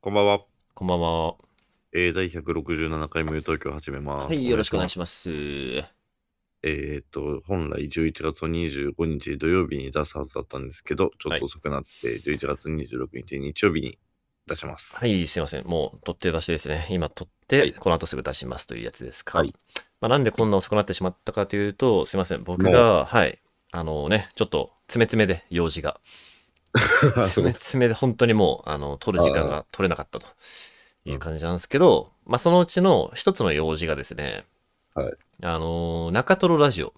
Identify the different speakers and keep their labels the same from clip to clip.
Speaker 1: こんばんは。
Speaker 2: こんばんは。
Speaker 1: えー、第167回無友東京始めます。
Speaker 2: はい、よろしくお願い
Speaker 1: ます。
Speaker 2: します。
Speaker 1: えーっと、本来11月25日土曜日に出すはずだったんですけど、ちょっと遅くなって、11月26日日曜日に出します。。
Speaker 2: はいい、すいません。もう、取って出しですね。今、取って、
Speaker 1: はい
Speaker 2: この後すぐ出しますというやつですか。
Speaker 1: はい
Speaker 2: まあ、なんでこんな遅くなってしまったかというと、すいません。僕
Speaker 1: も
Speaker 2: が、はい。あのね、ちょっと、詰め詰めで、用事が。 詰め詰めで、本当にもう、あの、取る時間が取れなかったという感じなんですけど、まあ、そのうちの一つの用事がですね、
Speaker 1: はい。
Speaker 2: あの、中トロラジオ。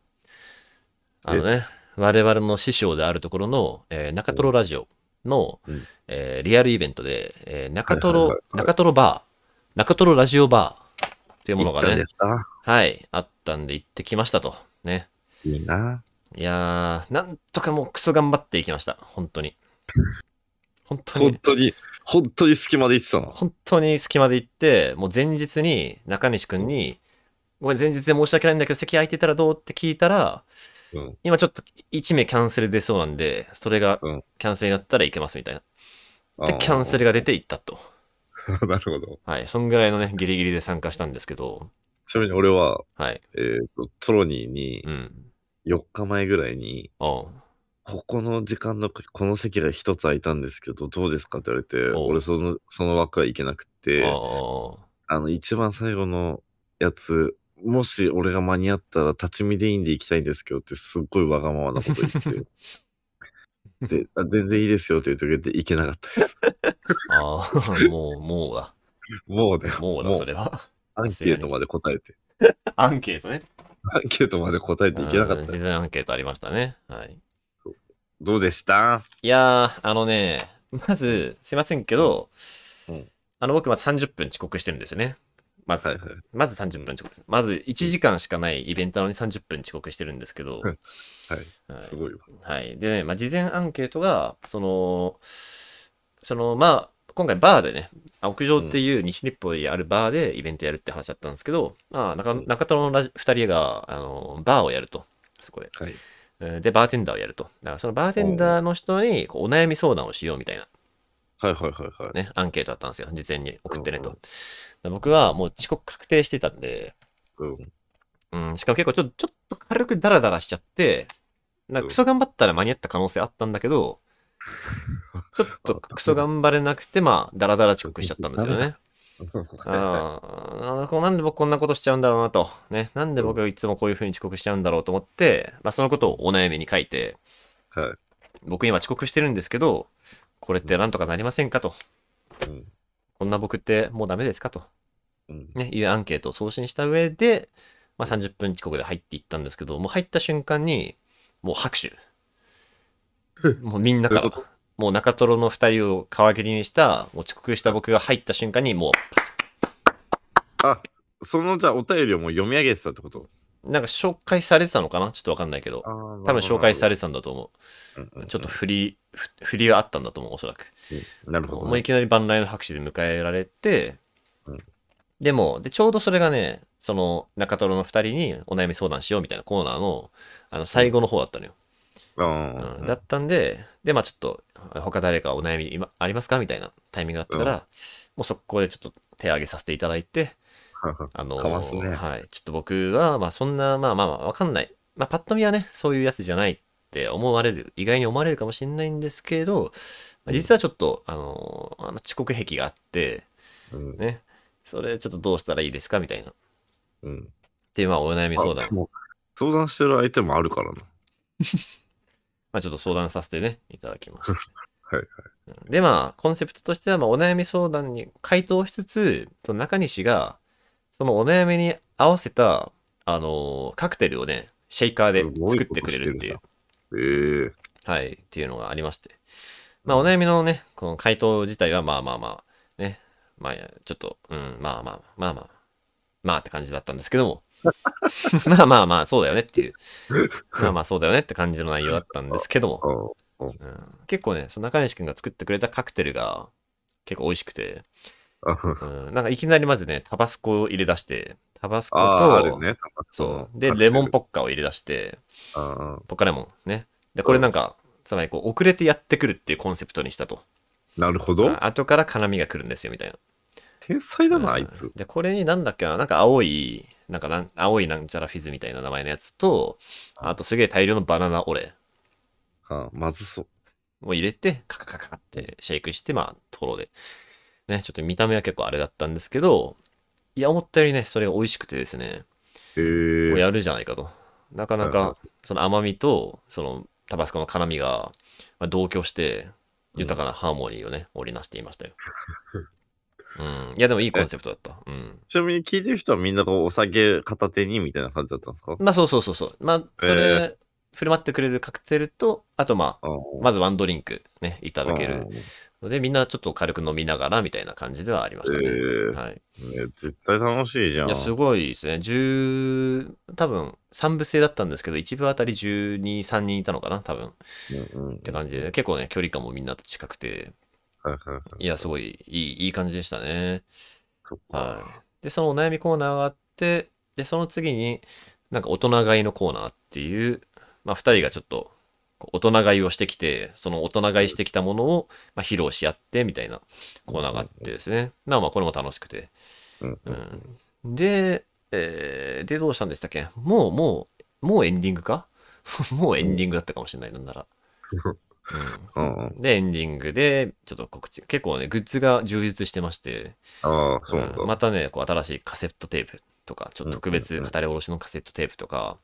Speaker 2: あのね、我々の師匠であるところの、えー中トロラジオの、
Speaker 1: うん
Speaker 2: えーリアルイベントで、えー中ト
Speaker 1: は
Speaker 2: ロ、
Speaker 1: いはいはいはい
Speaker 2: 中トロバー、中トロラジオバーっていうものが
Speaker 1: いいん
Speaker 2: ね
Speaker 1: で、すか
Speaker 2: はい、あったんで行ってきましたと。ね。
Speaker 1: いいな。
Speaker 2: いやー、なんとかもうクソ頑張っていきました。本当に。本当
Speaker 1: 本
Speaker 2: に、
Speaker 1: 当に、本当に隙間で言ってたの。
Speaker 2: 本当に隙間で行って、もう前日に中西くんに、ごめん、前日で申し訳ないんだけど、席空いてたらどうって聞いたら、
Speaker 1: うん。
Speaker 2: 今ちょっと1名キャンセル出そうなんで、それが
Speaker 1: うん
Speaker 2: キャンセルになったらいけますみたいな。
Speaker 1: あ
Speaker 2: で
Speaker 1: ー、
Speaker 2: キャンセルが出ていったと。
Speaker 1: なるほど。
Speaker 2: はい、そんぐらいのね、ギリギリで参加したんですけど、
Speaker 1: ちなみに俺は、
Speaker 2: はい、
Speaker 1: えーっと、トロニーに
Speaker 2: うん。
Speaker 1: 4日前ぐらいに、
Speaker 2: おう
Speaker 1: ここの時間のここの席が一つ空いたんですけど、どうですかって言われて、
Speaker 2: おう
Speaker 1: 俺その、その枠は行けなくて、
Speaker 2: おう
Speaker 1: あの、一番最後のやつ、もし俺が間に合ったら立ち見でいいんで行きたいんですけどって、すっごいわがままなこと言 って。であ全然いいですよって言って行けなかったです。
Speaker 2: ああ、もう、もうだ。
Speaker 1: もうね、
Speaker 2: もうだ、それは。
Speaker 1: アンケートまで答えて、
Speaker 2: アンケートね。
Speaker 1: アンケートまで答えて行けなか
Speaker 2: うん
Speaker 1: った。
Speaker 2: 事前アンケートありましたね。はい。
Speaker 1: どうでした
Speaker 2: いやー、あのね、まず、すいませんけど、
Speaker 1: うん
Speaker 2: あの、僕、まず30分遅刻してるんですよね。まず、
Speaker 1: はいはい。
Speaker 2: まず30分遅刻。まず、1時間しかないイベントなのに30分遅刻してるんですけ
Speaker 1: う
Speaker 2: ど、
Speaker 1: んはい。
Speaker 2: はい
Speaker 1: すごいわ。
Speaker 2: はい。でね、まあ、事前アンケートが、その、その、まあ、今回バーでね、あ屋上っていう西日暮里にあるバーでイベントやるって話だったんですけど、まあ、中
Speaker 1: うん
Speaker 2: 中田のラジ2人が、あの、バーをやると、そこで。
Speaker 1: はい。
Speaker 2: えーで、バーテンダーをやると。だから、そのバーテンダーの人にこうお悩み相談をしようみたいな
Speaker 1: はいはいはいはい。
Speaker 2: ね、アンケートだったんですよ。事前に送ってね
Speaker 1: うん
Speaker 2: と。で僕はもう遅刻確定してたんで、
Speaker 1: うん。
Speaker 2: うん、しかも結構ちょっとちょっと軽くダラダラしちゃって、なんかクソ頑張ったら間に合った可能性あったんだけど、ちょっとクソ頑張れなくて、まあ、ダラダラ遅刻しちゃったんです よね。あーあー、こうなんで僕こんなことしちゃうんだろうなと。ね、なんで僕はいつもこういう風に遅刻しちゃうんだろうと思って、まあ、そのことをお悩みに書いて、
Speaker 1: はい。
Speaker 2: 僕今遅刻してるんですけど、これってなんとかなりませんかと。
Speaker 1: うん
Speaker 2: こんな僕ってもうダメですかと。
Speaker 1: うん。
Speaker 2: ね、いうアンケートを送信した上で、まあ、30分遅刻で入っていったんですけど、もう入った瞬間に、もう 拍手。もうみんなから
Speaker 1: どうい、
Speaker 2: もう中トロの2人を皮切りにした、もう遅刻した僕が入った瞬間に、も
Speaker 1: あ、そのじゃあお便りをもう読み上げてたってこと
Speaker 2: う、なんか紹介されてたのかなちょっとわかんないけど、多
Speaker 1: 多
Speaker 2: 分紹介さ
Speaker 1: れ
Speaker 2: れてたんだと思う。ちょっと
Speaker 1: と。
Speaker 2: 振り、ふ振りはあったんだと思う、おそらく。
Speaker 1: なるほど
Speaker 2: も
Speaker 1: ね。
Speaker 2: ういきなり万来の拍手で迎えられて、
Speaker 1: うん
Speaker 2: でもでちょうどそれがねその中トロの2人にお悩み相談しようみたいなコーナーのあの最後の方だったのよ、
Speaker 1: うん
Speaker 2: うんだったんででまあちょっと他誰かお悩み今ありますかみたいなタイミングだったから、もう速攻でちょっと手挙げさせていただいてあの
Speaker 1: かますね
Speaker 2: はい、ちょっと僕はまあそんなまあまあまあわかんない、まあ、パッと見はねそういうやつじゃないって思われる意外に思われるかもしれないんですけどまあ実はちょっと、あのあの遅刻癖があって
Speaker 1: うん
Speaker 2: ねそれちょっとどうしたらいいですかみたいな
Speaker 1: うん
Speaker 2: でまあお悩み相談
Speaker 1: あでも相談してる相手もあるからな。
Speaker 2: まあちょっと相談させてねいただきました
Speaker 1: はいはい
Speaker 2: でまあコンセプトとしては、まあ、お悩み相談に回答しつつその中西がそのお悩みに合わせたあのカクテルをねシェイカーです
Speaker 1: ごいこと
Speaker 2: 作ってくれるっていう
Speaker 1: ええ。
Speaker 2: はい、っていうのがありまして。まあ、お悩みのね、この回答自体は、まあまあまあ、ね、まあ、ちょっと、うん、まあまあ、まあまあ、まあって感じだったんですけど も、まあまあまあ、そうだよねっていう、まあまあ、そうだよねって感じの内容だったんですけども、
Speaker 1: あ
Speaker 2: うん、結構ね、その中西くんが作ってくれたカクテルが結構美味しくて、
Speaker 1: あ
Speaker 2: うん、なんかいきなりまずね、タバスコを入れ出して、タバスコ
Speaker 1: あー、ある
Speaker 2: と、
Speaker 1: ね。
Speaker 2: そう、で、レモンポッカを入れ出して、
Speaker 1: ッ
Speaker 2: ポカレモンね。で、これなんか、つまりこう、遅れてやってくるっていうコンセプトにしたと。
Speaker 1: うなるほど。
Speaker 2: あ後から絡みが来るんですよ、みたいな。
Speaker 1: 天才だな、
Speaker 2: うん
Speaker 1: あいつ。
Speaker 2: で、これになんだっけな、なんか青い、なんかなん青いなんちゃらフィズみたいな名前のやつと、あとすげえ大量のバナナオレ
Speaker 1: あまずそう。
Speaker 2: を入れて、カカカカってシェイクして、まあ、ところで。ね、ちょっと見た目は結構あれだったんですけど、いや、思ったよりね、それが美味しくてですね、
Speaker 1: へ
Speaker 2: もう
Speaker 1: え。
Speaker 2: やるじゃないかと。なかな
Speaker 1: は
Speaker 2: か、その甘みと、そのタバスコの辛みが、まあ、同居して、豊かなハーモニーをね、織りなしていましたよ。 うん。いや、でもいいコンセプトだった。うん。
Speaker 1: ちなみに聞いてる人はみんなこうお酒片手にみたいな感じだったんですか
Speaker 2: まあそうそうそうそう。まあ、それ、
Speaker 1: え
Speaker 2: 振る舞ってくれるカクテルと、あとまあ、
Speaker 1: あー
Speaker 2: まずワンドリンクね、いただけ
Speaker 1: あ
Speaker 2: る
Speaker 1: ー
Speaker 2: ので、みんなちょっと軽く飲みながらみたいな感じではありましたね。
Speaker 1: え
Speaker 2: はい。
Speaker 1: ね絶対楽しいじゃん。
Speaker 2: いや、すごいですね。10、多分、3部制だったんですけど、1部あたり12、3人いたのかな、多分。っ
Speaker 1: うんうん
Speaker 2: て感じで、結構ね、距離感もみんなと近くて、
Speaker 1: はいはいはい
Speaker 2: いや、すごいいい、いい感じでしたね。
Speaker 1: そっか
Speaker 2: はい。で、そのお悩みコーナーがあって、で、その次に、なんか大人買いのコーナーっていう、まあ、二人がちょっと、こう大人買いをしてきて、その大人買いしてきたものを、まあ、披露し合って、みたいなコーナーがあってですね。まあまあ、これも楽しくて。
Speaker 1: うんう
Speaker 2: うんん。で、えーで、どうしたんでしたっけもう、もう、もうエンディングか もうエンディングだったかもしれない、なんなら。うん。
Speaker 1: うんうん
Speaker 2: で、エンディングで、ちょっと告知、結構ね、グッズが充実してまして、
Speaker 1: ああ、そうなんだ。
Speaker 2: うんまたね、こう、新しいカセットテープとか、ちょっと特別
Speaker 1: うん
Speaker 2: 語
Speaker 1: うんう
Speaker 2: り
Speaker 1: ん
Speaker 2: 下ろしのカセットテープとか、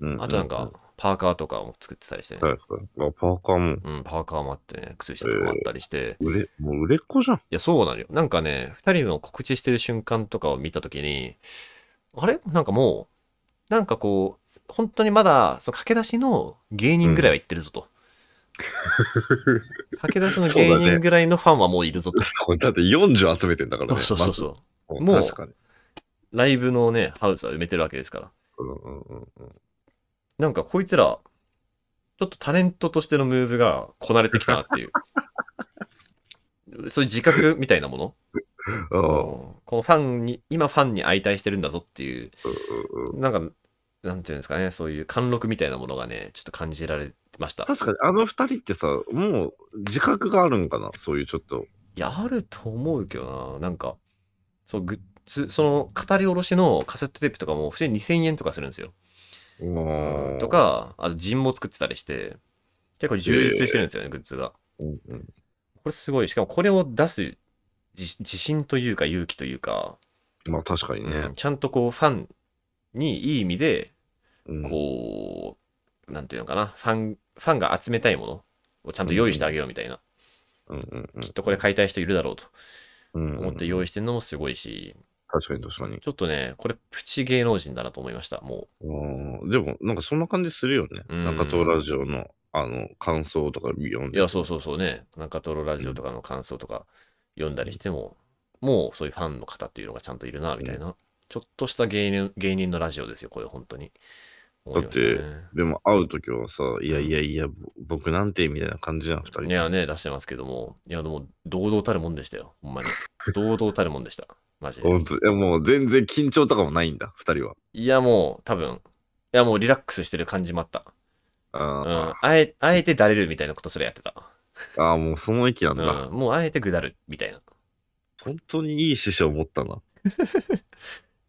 Speaker 1: うう
Speaker 2: あとなんか、、パーカーとかも作ってたりしてね、
Speaker 1: はいはいあパーカーも、
Speaker 2: うん、パーカーもあってね、靴下とかもあったりして、い
Speaker 1: 売れ、もう売れっ子じゃん。
Speaker 2: や、そうなのよ。なんかね、二人の告知してる瞬間とかを見たときに、あれなんかもう、なんかこう、本当にまだ、その駆け出しの芸人ぐらいは行ってるぞと。駆け出しの芸人ぐらいのファンはもういるぞと。
Speaker 1: そう、だって40集めてんだから
Speaker 2: そうそうそう。
Speaker 1: う
Speaker 2: もう
Speaker 1: 確かに。
Speaker 2: ライブのね、ハウスは埋めてるわけですから。
Speaker 1: うんうんうんうん。
Speaker 2: なんかこいつら、ちょっとタレントとしてのムーブがこなれてきたなっていう。そういう自覚みたいなもの
Speaker 1: ああ、うん
Speaker 2: このファンに、今ファンに相対してるんだぞっていう、
Speaker 1: うんうん
Speaker 2: なんか、なんていうんですかね、そういう貫禄みたいなものがね、ちょっと感じられました。
Speaker 1: 確かに、あの二人ってさ、もう自覚があるんかなそういうちょっと。
Speaker 2: いや、あると思うけどな。なんか、そう、グッズ、その語り下ろしのカセットテープとかも、普通に2000円とかするんですよ。
Speaker 1: うん
Speaker 2: と、か、あと陣も作ってたりして、結構充実してるんですよね、グッズが。
Speaker 1: うんうん
Speaker 2: これすごい。しかもこれを出す自自信というか勇気というか、
Speaker 1: まあ確かに
Speaker 2: う
Speaker 1: ね
Speaker 2: ん。ちゃんとこうファンにいい意味で、
Speaker 1: うん
Speaker 2: こう、なんていうのかな、ファン、ファンが集めたいものをちゃんと用意してあげようみたいな。
Speaker 1: うんうんうん
Speaker 2: きっとこれ買いたい人いるだろうと
Speaker 1: うん
Speaker 2: 思って用意してるのもすごいし、
Speaker 1: 確かに確かに。
Speaker 2: ちょっとね、これプチ芸能人だなと思いました、も
Speaker 1: うんでも、なんかそんな感じするよね。
Speaker 2: うん
Speaker 1: 中東ラジオの、あの、感想とか読ん
Speaker 2: う。い
Speaker 1: で。
Speaker 2: や、そうそうそうね、中トロラジオとかの感想とか読んだりしても、もうそういうファンの方っていうのがちゃんといるな、みたいな。ちょっとした芸人芸人のラジオですよ、これ、本当に。思いました
Speaker 1: だ
Speaker 2: ね。
Speaker 1: でも会うときはさ、いやいやいや、ぼ僕なんてみたいな感じじゃん、二人。
Speaker 2: ねはね、出してますけども、いや、でも、堂々たるもんでしたよ、ほ んまに。堂々たるもんでした、マジで。
Speaker 1: 本当いやもう全然緊張とかもないんだ、二人は。
Speaker 2: いや、もう、多分、いや、もうリラックスしてる感じもあった。う
Speaker 1: あ
Speaker 2: ん。あえ、あえてだれるみたいなことすらやってた。
Speaker 1: ーあー、もうその域なんだ。
Speaker 2: うん。もう、あえてぐだる、みたいな。い
Speaker 1: 本当にいい師匠を持ったな。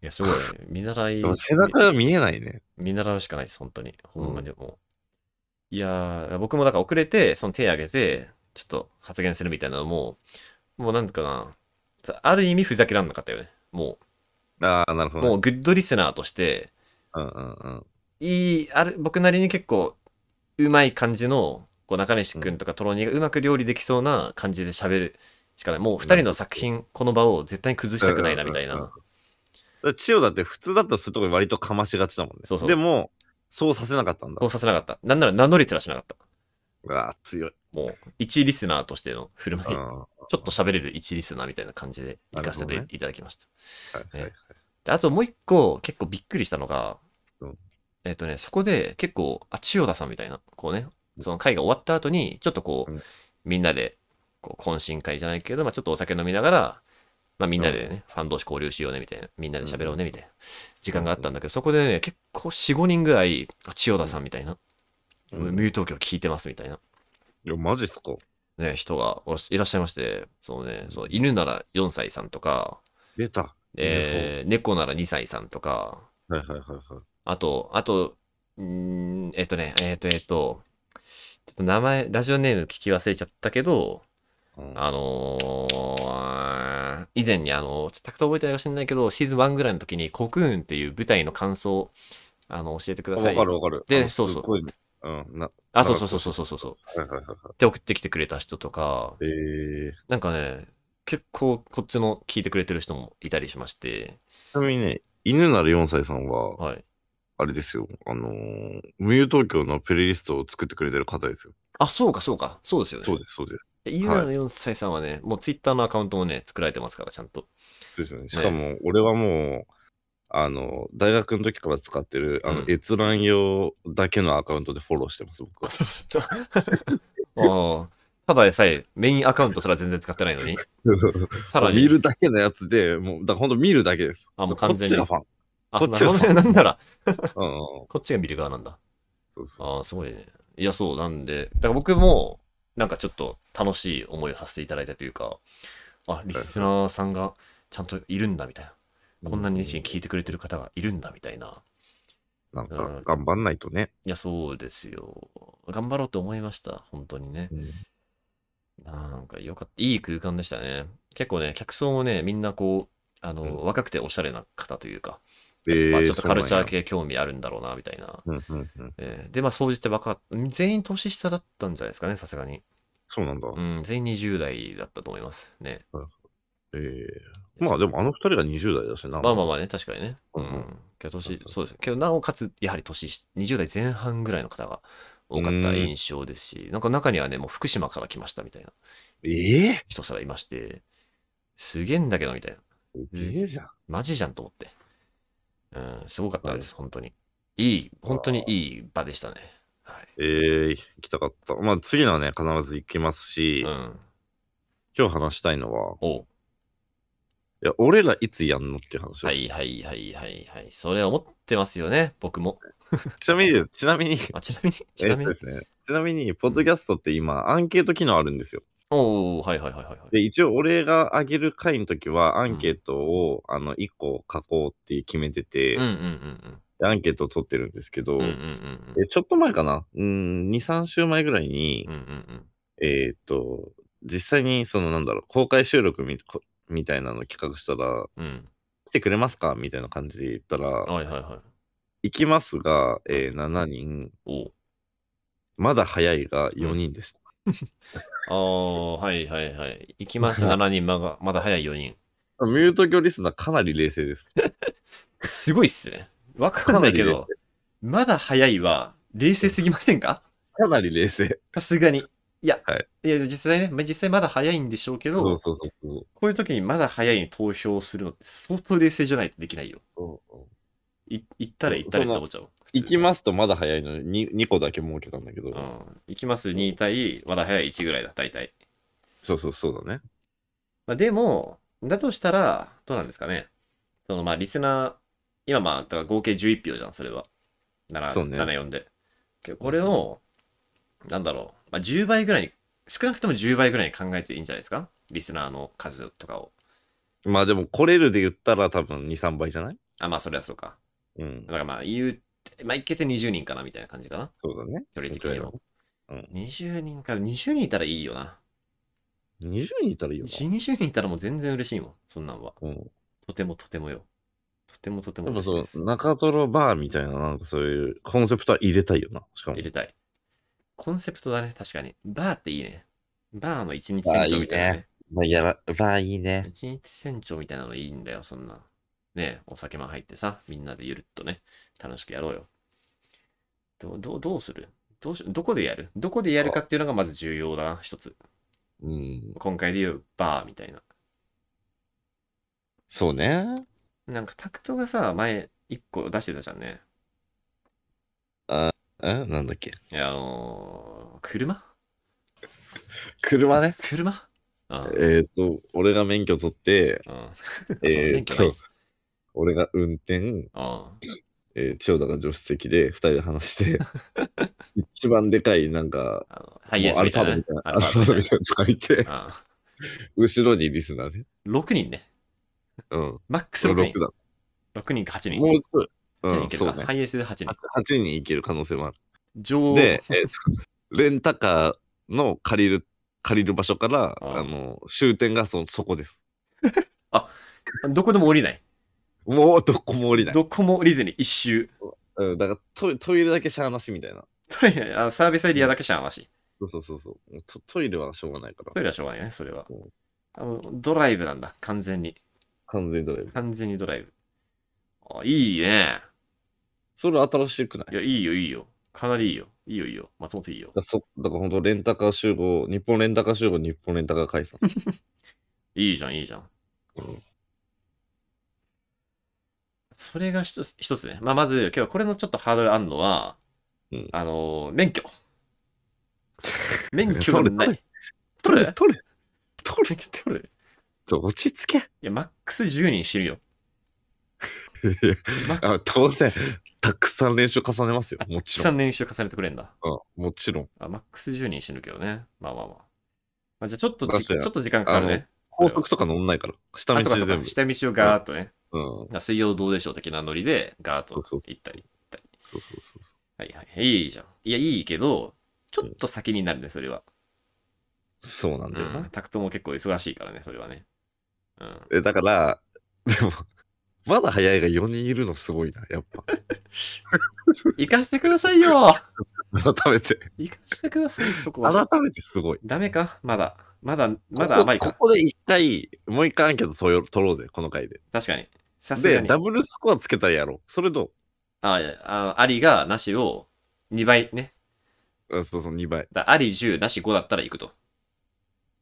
Speaker 2: や、す ごい、見習い
Speaker 1: でも。背中が見えないね。
Speaker 2: 見習うしかないです、本当に。ほんまにもう。いやー、僕もだから遅れて、その手挙げて、ちょっと発言するみたいなのも、もうなんかな、さある意味ふざけらんなかったよね。も
Speaker 1: ああ、なる
Speaker 2: う、
Speaker 1: ほど、
Speaker 2: も
Speaker 1: ね。
Speaker 2: うグッドリスナーとして、
Speaker 1: うんうんうん。
Speaker 2: いい、ある、僕なりに結構、うまい感じの、こう、中西くんとかトロニーがうまく料理できそうな感じで喋るしかない。もう二人の作品、この場を絶対に崩したくないな、みたい
Speaker 1: うんうん
Speaker 2: な。
Speaker 1: だ千代だって普通だったらするとこ割とかましがちだもんね。
Speaker 2: そうそう
Speaker 1: でも、そうさせなかったんだ
Speaker 2: そう。させなかった。なんなら名乗りすらしなかった。
Speaker 1: うわー強い。
Speaker 2: もう、一リスナーとしての振る舞い。
Speaker 1: あ
Speaker 2: ちょっと喋れる一リスナーみたいな感じで行かせ
Speaker 1: なるほどね
Speaker 2: ていただきまし
Speaker 1: ー
Speaker 2: た。
Speaker 1: はいはいはい
Speaker 2: ねであともう一個結構びっくりしたのが
Speaker 1: うん、
Speaker 2: えっ、とね、そこで結構、あ、千代田さんみたいな、こうね、その会が終わった後に、ちょっとこう、
Speaker 1: うん
Speaker 2: みんなで、こう、懇親会じゃないけど、まあちょっとお酒飲みながら、まあみんなでね、ファン同士交流しようねみたいな、みんなで喋ろうねみたいな、時間があったんだけど、そこでね、結構4、5人ぐらい、あ千代田さんみたいな、
Speaker 1: うん
Speaker 2: ミュートークを聞いてますみたいな。
Speaker 1: いや、マジっすか。
Speaker 2: ね、人がおらしいらっしゃいまして、そうね、そう犬なら4歳さんとか、
Speaker 1: 出た。
Speaker 2: えー猫なら2歳さんとか、
Speaker 1: はいはいはいはい。
Speaker 2: あと、あと、うーん、えっ、とね、えっ、と、えっ、と、ちょっと名前、ラジオネーム聞き忘れちゃったけど、
Speaker 1: うん
Speaker 2: あのー以前にあの、ちょっとたくと覚えてないかもしれないけど、シーズン1ぐらいの時にコクーンっていう舞台の感想、あの、教えてくだ
Speaker 1: わ
Speaker 2: さい。
Speaker 1: かるわかる。
Speaker 2: で
Speaker 1: あの
Speaker 2: そうそう
Speaker 1: すっごいねうん。な、
Speaker 2: あ、そうそうそうそうそうそうそう。
Speaker 1: はいはいはいは
Speaker 2: って送ってきてくれた人とか、
Speaker 1: い。えー、ち
Speaker 2: なんかね、結構こっちの聞いてくれてる人もいたりしまして、
Speaker 1: なみにね、犬なら4歳さんは、
Speaker 2: はい。
Speaker 1: あれですよ、あのー、無友東京のプレイリストを作ってくれてる方ですよ。
Speaker 2: あ、そうかそうか、そうですよね。
Speaker 1: そうです、そうです。
Speaker 2: でゆうなの4歳さんはね、もうツイッターのアカウントもね、作られてますから、ちゃんと。
Speaker 1: そうですよね。しかも、俺はもう、あの、大学の時から使ってる、あの
Speaker 2: う、ん
Speaker 1: 閲覧用だけのアカウントでフォローしてます、僕は。
Speaker 2: そうすああ。ただでさえ、メインアカウントすら全然使ってない のに、 さら
Speaker 1: 見
Speaker 2: に、
Speaker 1: るだけのやつで、もう、だからほんと見るだけです。
Speaker 2: あもう完全に
Speaker 1: こっちがフ
Speaker 2: あ、
Speaker 1: こ
Speaker 2: な
Speaker 1: っち
Speaker 2: る
Speaker 1: が
Speaker 2: ほどね。なんなら、
Speaker 1: ァン。うんうんうん。
Speaker 2: こっちが見る側なんだ。
Speaker 1: そうそう
Speaker 2: ああ、すご
Speaker 1: い。
Speaker 2: いね。いや、そう、なんで、だから僕も、なんかちょっと楽しい思いをさせていただいたというか、あ、リスナーさんがちゃんといるんだみたいな。こんなに熱心に聞いてくれてる方がいるんだみたいな。
Speaker 1: なんか、頑張んないとね。
Speaker 2: いや、そうですよ。頑張ろうと思いました。本当にね。なんかよかった。いい空間でしたね。結構ね、客層もね、みんなこう、あの、
Speaker 1: うん
Speaker 2: 若くておしゃれな方というか、
Speaker 1: え
Speaker 2: まあちょっとカルチャー。系興味あるんだろうな、みたいな。
Speaker 1: そうなんやうんうんうん。
Speaker 2: えーで、まあ、掃除って若、全員年下だったんじゃないですかね、さすがに。
Speaker 1: そうなんだ。
Speaker 2: うん、全員20代だったと思いますね。
Speaker 1: ええまあでもあの二人が20代だしな。
Speaker 2: まあまあまあね、確かにね。う。
Speaker 1: うんうん
Speaker 2: けど
Speaker 1: そう
Speaker 2: 年
Speaker 1: そ、う
Speaker 2: そうです。けど、なおかつ、やはり年し、20代前半ぐらいの方が多かった印象ですし、なんか中にはね、もう福島から来ましたみたいな
Speaker 1: ええ
Speaker 2: 人さらいまして、すげえんだけど、みたいな。
Speaker 1: ええじゃん。
Speaker 2: マジじゃんと思って。うん、すごかったです、本当に。いい、本当にいい場でしたね。はい。
Speaker 1: ええ行きたかった。まあ次のはね、必ず行きますし、
Speaker 2: うん。
Speaker 1: 今日話したいのは、
Speaker 2: お
Speaker 1: いや、俺らいつやんのっていう話を、
Speaker 2: はいはいはいはいはい。それは思ってますよね、僕も。
Speaker 1: ちなみにです、ちなみに、
Speaker 2: あ、ちなみ に、 ち
Speaker 1: え
Speaker 2: な
Speaker 1: っ
Speaker 2: み
Speaker 1: と
Speaker 2: に
Speaker 1: で。すね、ちなみに、ポッドキャストって今、アンケート機能あるんですよ。
Speaker 2: おおはいはいはいはいはい。
Speaker 1: で、一応、俺が上げる回の時は、アンケートを、あの、1個書こうって決めてて、
Speaker 2: うんうんうん
Speaker 1: でアンケートを取ってるんですけど、
Speaker 2: うん。うんうんうん
Speaker 1: えちょっと前かな、うん、2、3週前ぐらいに、
Speaker 2: うん。うんうん
Speaker 1: えーっと、実際に、その、なんだろう、公開収録みこみたいなの企画したら、
Speaker 2: うん。うん。
Speaker 1: 来てくれますかみたいな感じで言ったら、
Speaker 2: はいはいはい。
Speaker 1: 行きますが、えー7人、
Speaker 2: おう
Speaker 1: まだ早いが4人でした。
Speaker 2: ああ、はいはいはい。行きます、7人、まがまだ早い4人。
Speaker 1: ミュート業リスナーかなり冷静です。
Speaker 2: すごいっすね。わかんないけ
Speaker 1: かなり
Speaker 2: ど、まだ早いは、冷静すぎませんか
Speaker 1: かなり冷静。
Speaker 2: さすがに。いや、
Speaker 1: はい
Speaker 2: いや、実際ね、まあ実際まだ早いんでしょうけど、
Speaker 1: そうそうそうそう
Speaker 2: こういう時にまだ早いに投票するのって相当冷静じゃないとできないよ。
Speaker 1: そう。
Speaker 2: い行ったら行ったらって思っちゃう。普通に
Speaker 1: 行きますとまだ早いのに 2, 個だけ設けたんだけど、
Speaker 2: うん。行きます2対、まだ早い1ぐらいだ、大体。
Speaker 1: そうそうそうだね。
Speaker 2: まあ、でも、だとしたら、どうなんですかね。その、まあ、リスナー、今まあ、だから合計11票じゃん、それは。なら、
Speaker 1: そうね
Speaker 2: 74で。けどこれを、なんだろう、まあ、10倍ぐらいに、少なくとも10倍ぐらいに考えていいんじゃないですかリスナーの数とかを。
Speaker 1: まあでも来れるで言ったら多分2、3倍じゃない
Speaker 2: あ、まあ、それはそうか。
Speaker 1: うん
Speaker 2: だ。からまあ、言うて、まあ、いけて20人かなみたいな感じかな。
Speaker 1: そうだね。
Speaker 2: 距離的にも。
Speaker 1: うん
Speaker 2: 20人か、20人いたらいいよな。
Speaker 1: 20人いたらいいよ
Speaker 2: 20人いたらもう全然嬉しいもん、そんなんは。
Speaker 1: な。うん、
Speaker 2: とてもとてもよ。とてもとても
Speaker 1: やっぱ
Speaker 2: 嬉しい
Speaker 1: そ
Speaker 2: です
Speaker 1: う、。中トロバーみたいな、なんかそういうコンセプトは入れたいよな。しかも
Speaker 2: 入、れたい。コンセプトだね、確かに。バーっていいね。バーの一日船長みたいなね。
Speaker 1: まあ、やら、バーいいね。
Speaker 2: 一、日船長みたいなのいいんだよ、そんな。ねえお酒も入ってさ、みんなでゆるっとね、楽しくやろうよ。どうどうどうするどうしどこでやるどこでやるかっていうのがまず重要だな、一つ。
Speaker 1: うん。
Speaker 2: 今回で言うバーみたいな。
Speaker 1: そうね。
Speaker 2: なんかタクトがさ、前一個出してたじゃんね。
Speaker 1: えなんだっけ。
Speaker 2: いや、あのー車
Speaker 1: 車ね。
Speaker 2: 車あ
Speaker 1: えっ、と、俺が免許取って、
Speaker 2: あ。うん。そう
Speaker 1: え
Speaker 2: 免
Speaker 1: っ
Speaker 2: 許ない
Speaker 1: と、俺が運転、
Speaker 2: あ
Speaker 1: えー千代田が助手席で二人で話 して、一番でかいなんか、
Speaker 2: あの、ハイエー
Speaker 1: もう
Speaker 2: ス
Speaker 1: アルファード
Speaker 2: みたいなね
Speaker 1: みたい。な、
Speaker 2: ア
Speaker 1: ア
Speaker 2: ル
Speaker 1: ル
Speaker 2: フ
Speaker 1: ファー
Speaker 2: ァード
Speaker 1: ド
Speaker 2: み
Speaker 1: み
Speaker 2: た
Speaker 1: たいなの書いて
Speaker 2: い、な。あ
Speaker 1: 後ろにリスナーね。
Speaker 2: あ6人ね。
Speaker 1: うん。
Speaker 2: マックス
Speaker 1: その
Speaker 2: 6
Speaker 1: 6
Speaker 2: 人。
Speaker 1: だ。
Speaker 2: 6人か8人。
Speaker 1: もうちょい。
Speaker 2: 8人いける
Speaker 1: うんそ
Speaker 2: か。
Speaker 1: うね
Speaker 2: ハイエースで8人。
Speaker 1: 8人いける可能性もある。
Speaker 2: 上
Speaker 1: で、えっとレンタカーの借りる、借りる場所から、
Speaker 2: ああ
Speaker 1: あの、終点がそそこです。
Speaker 2: どこでも降りない。
Speaker 1: もうどこも降りない。
Speaker 2: どこも降りずに一周。
Speaker 1: うん、だからトイトイレだけしゃあなしみたいな。
Speaker 2: トイレ、あサービスエリアだけじゃん、わし。
Speaker 1: そうそうそうそうもうト。トイレはしょうがないから
Speaker 2: ト。イレはしょうがないね、それは
Speaker 1: うん。
Speaker 2: あのドライブなんだ、完全に。
Speaker 1: 完全ドライブ。
Speaker 2: 完全にドライブ。あ、いいね。
Speaker 1: それ新しくない
Speaker 2: いや、いいよ、いいよ。かなりいいよ。いいよ、いいよ。松本いいよ
Speaker 1: だか。らそだから本当レンタカー集合、日本レンタカー集合、日本レンタカー解散。
Speaker 2: いいじゃん、いいじゃん。
Speaker 1: うん
Speaker 2: それが一つ一つね。まあ、まず、今日はこれのちょっとハードルあるのは、
Speaker 1: うん
Speaker 2: あのー、免許。 免許がな
Speaker 1: 取
Speaker 2: い。取る
Speaker 1: 取れ取れ
Speaker 2: 免許取る
Speaker 1: ちょ、落ち着け。
Speaker 2: いや、マックス10人死ぬよ。マック
Speaker 1: あ当然、
Speaker 2: ス
Speaker 1: たくさん練習重ねますよ。もちろん。
Speaker 2: 3年一生重ねてくれんだ。
Speaker 1: うん、もちろん。
Speaker 2: あ、マックス10人死ぬけどね。まあまあまあ。まあ、じゃあちょっと
Speaker 1: まあ
Speaker 2: じ、ち
Speaker 1: そう
Speaker 2: ょ
Speaker 1: や
Speaker 2: っと時間かかるね。
Speaker 1: 高速とか乗んないから。下
Speaker 2: あ、
Speaker 1: 道
Speaker 2: そうかそう
Speaker 1: 全
Speaker 2: か。
Speaker 1: 部。
Speaker 2: 下道をガーッとね。
Speaker 1: うん。
Speaker 2: な水曜どうでしょう的なノリでガーッと
Speaker 1: そうそうそう
Speaker 2: 行ったり。
Speaker 1: そうそうそうそう。
Speaker 2: はいはい。いいじゃん。いや、いいけど、ちょっと先になるね、それは。
Speaker 1: そうなんだよな。
Speaker 2: うん。タクトも結構忙しいからね、それはね。うん。
Speaker 1: え、だから、でも、まだ早いが4人いるのすごいな、やっぱ。
Speaker 2: 行かせてくださいよ
Speaker 1: 改めて、
Speaker 2: 行かせてください、そこは。
Speaker 1: 改めてすごい。
Speaker 2: ダメかまだ。まだ、ま
Speaker 1: ここ
Speaker 2: だ甘いか
Speaker 1: こ。こで一回、もう一回アンケート取ろう取ろうぜ、この回で。
Speaker 2: 確かに。さすが
Speaker 1: で、
Speaker 2: に。
Speaker 1: ダブルスコアつけたらやろう。それど
Speaker 2: あ、いやあの、ありがなしを2倍ね。
Speaker 1: ううんそうそう、2倍。
Speaker 2: だあり10、なし5だったら行くと。